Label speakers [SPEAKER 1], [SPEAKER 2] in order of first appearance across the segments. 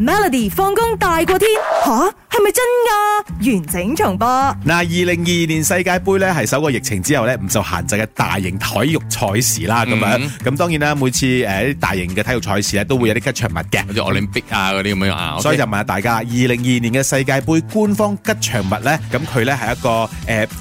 [SPEAKER 1] Melody 放工大過天吓，係咪真㗎？完整重播。
[SPEAKER 2] 嗱，二零二二年世界盃咧係首個疫情之後咧唔受限制嘅大型體育賽事啦，咁樣
[SPEAKER 3] 嗯
[SPEAKER 2] 咁當然啦，每次誒啲大型嘅體育賽事咧都會有啲吉祥物嘅
[SPEAKER 3] 好。似奧林匹克啊嗰啲咁樣啊，
[SPEAKER 2] 嗯所以就問下大家，二零二二年嘅世界盃官方吉祥物咧，咁佢咧係一個誒，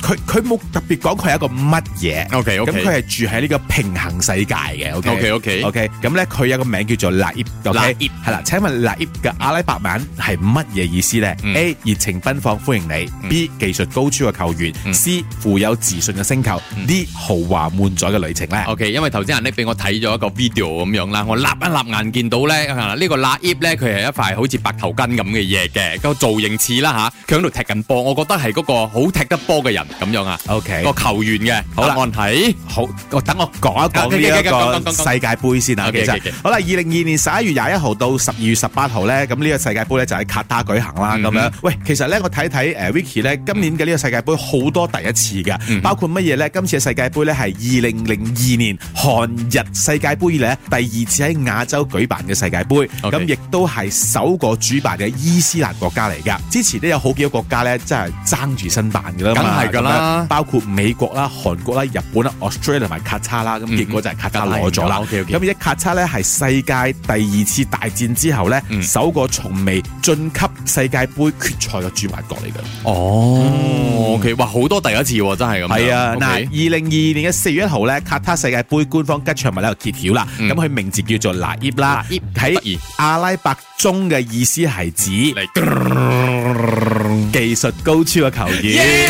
[SPEAKER 2] 佢佢冇特別講佢係一個乜嘢。
[SPEAKER 3] OK，OK
[SPEAKER 2] 咁佢係住喺呢個平衡世界嘅。OK
[SPEAKER 3] OK，OK
[SPEAKER 2] OK，咁咧佢有個名叫做 Laib。
[SPEAKER 3] Laib
[SPEAKER 2] 係啦，請問 Laib 嘅阿拉伯文係乜嘢意思咧
[SPEAKER 3] 嗯
[SPEAKER 2] ？A 熱情奔放歡迎你，B 技術高超嘅球員
[SPEAKER 3] 嗯
[SPEAKER 2] ，C 富有自信嘅星球，D 豪華滿載嘅旅程咧。
[SPEAKER 3] OK，因為頭先阿 Nick 俾我睇咗一個 video 咁樣啦，我立一立眼見到咧，啊呢個拉葉咧，佢係一塊好似白頭巾咁嘅嘢嘅，個造型似啦吓，佢喺度踢緊波，我覺得係嗰個好踢得波嘅人咁樣啊，
[SPEAKER 2] OK
[SPEAKER 3] 個球員嘅，
[SPEAKER 2] 嗯好啦
[SPEAKER 3] 答案係
[SPEAKER 2] 好，我等我講一講呢一
[SPEAKER 3] 啊，OK，OK，OK，講
[SPEAKER 2] 個
[SPEAKER 3] 講講
[SPEAKER 2] 世界盃先啊。其
[SPEAKER 3] OK，OK，OK
[SPEAKER 2] 實好啦，二零二年十一月廿一號到十二月十八號咧，咁呢個世界盃咧就喺卡塔舉行啦。咁
[SPEAKER 3] 嗯
[SPEAKER 2] 樣，喂，其實咧我睇睇誒 Vicky 咧，今年嘅呢個世界盃好多第一次嘅，
[SPEAKER 3] 嗯
[SPEAKER 2] 包括乜嘢咧？今次嘅世界盃咧係二零零二年韓日世界盃咧第二次喺亞洲舉辦嘅世界盃，
[SPEAKER 3] OK
[SPEAKER 2] 咁亦都係首個主辦嘅伊斯蘭國家嚟㗎。之前咧有好幾個國家咧真係爭住申辦㗎啦嘛，
[SPEAKER 3] 梗係㗎
[SPEAKER 2] 咁
[SPEAKER 3] 啦
[SPEAKER 2] 樣包括美國啦、韓國啦、日本啦、Australia 同埋卡塔啦，咁
[SPEAKER 3] 嗯
[SPEAKER 2] 結果就係卡塔攞咗啦。
[SPEAKER 3] OK，OK
[SPEAKER 2] 咁而家卡塔咧係世界第二次大戰之後咧，
[SPEAKER 3] 嗯
[SPEAKER 2] 首個從未晉級世界盃決賽嘅主辦國嚟嘅。
[SPEAKER 3] 哦，OK，哇，好多第一次喎，真係咁樣，
[SPEAKER 2] 係啊，嗱，二
[SPEAKER 3] OK
[SPEAKER 2] 零二二年嘅四月一號咧，卡塔世界盃官方吉祥物咧就揭曉啦。
[SPEAKER 3] 嗯
[SPEAKER 2] 咁佢名字叫做拿葉啦
[SPEAKER 3] 納，得
[SPEAKER 2] 喺
[SPEAKER 3] 意
[SPEAKER 2] 阿拉伯中嘅意思係指嗯
[SPEAKER 3] 嚟，
[SPEAKER 2] 技術高超嘅球員
[SPEAKER 3] 耶。，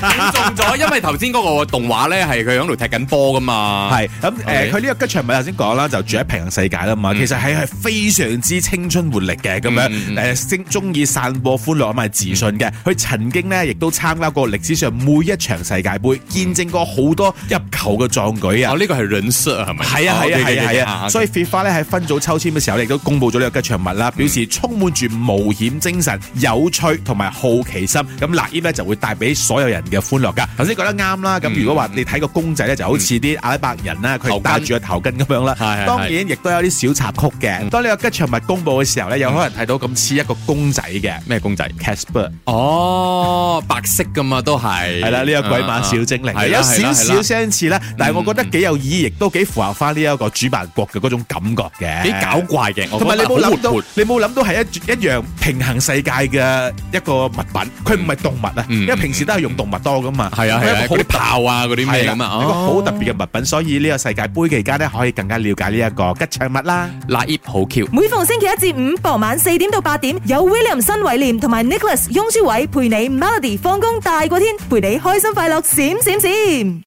[SPEAKER 3] 點中咗，因為頭先嗰個動畫咧係佢喺度踢緊波噶嘛，
[SPEAKER 2] 係咁誒，
[SPEAKER 3] 啊 OK
[SPEAKER 2] 佢呢個吉祥物頭先講啦，就住喺平行世界啦嘛。
[SPEAKER 3] 嗯
[SPEAKER 2] 其實係係非常之青春活力嘅咁
[SPEAKER 3] 嗯
[SPEAKER 2] 樣
[SPEAKER 3] 嗯
[SPEAKER 2] 誒，精中意散播歡樂同埋自信嘅。佢曾經呢亦都參加過歷史上每一場世界盃，見證過好多入球嘅壯舉啊
[SPEAKER 3] 哦，！呢個係人設係咪？
[SPEAKER 2] 係啊
[SPEAKER 3] 哦
[SPEAKER 2] 係啊
[SPEAKER 3] ，OK，OK，
[SPEAKER 2] 係啊係
[SPEAKER 3] OK，OK，
[SPEAKER 2] 啊，所以 FIFA 咧喺分組抽籤嘅時候咧，亦都公佈咗呢個吉祥物啦，表示充滿住冒險精神、有趣同埋好奇心。咁納伊咧就會帶俾所有人嘅歡樂㗎。頭先講得啱啦，咁
[SPEAKER 3] 嗯
[SPEAKER 2] 如果話你睇個公仔咧，就好似啲阿拉伯人啦，佢戴住個頭巾咁樣啦
[SPEAKER 3] 頭巾。
[SPEAKER 2] 當然亦都有啲小插曲嘅。
[SPEAKER 3] 嗯
[SPEAKER 2] 當呢個吉祥物公佈嘅時候咧，有可能睇到咁似一個公仔嘅
[SPEAKER 3] 咩公仔？
[SPEAKER 2] Casper。
[SPEAKER 3] 哦，白色噶嘛，都係
[SPEAKER 2] 係啦，呢個鬼馬小精靈，有少少
[SPEAKER 3] 幾
[SPEAKER 2] 相似啦，但係我覺得幾有意義，亦都幾符合翻呢一個主辦國嘅嗰種感覺嘅，
[SPEAKER 3] 搞怪嘅，
[SPEAKER 2] 同埋你冇諗到
[SPEAKER 3] 哦我覺得好活潑，
[SPEAKER 2] 你冇諗到係一一樣平衡世界嘅一個物品，佢唔係動物啊，
[SPEAKER 3] 嗯
[SPEAKER 2] 因為平時都係用動物多噶嘛，
[SPEAKER 3] 係啊係啊，
[SPEAKER 2] 好
[SPEAKER 3] 嗰啲炮啊嗰啲
[SPEAKER 2] 係
[SPEAKER 3] 咩
[SPEAKER 2] 啦
[SPEAKER 3] 咁啊，
[SPEAKER 2] 一個好特別嘅物品，所以呢個世界盃期間呢，可以更加了解呢一個吉祥物啦。
[SPEAKER 3] 嗱，葉好 Q。
[SPEAKER 1] 每逢星期一至五傍晚四點到八點，有 William 新偉廉同埋 Nicholas 雍舒偉陪你 Melody 放工大過天，陪你開心快樂閃閃閃。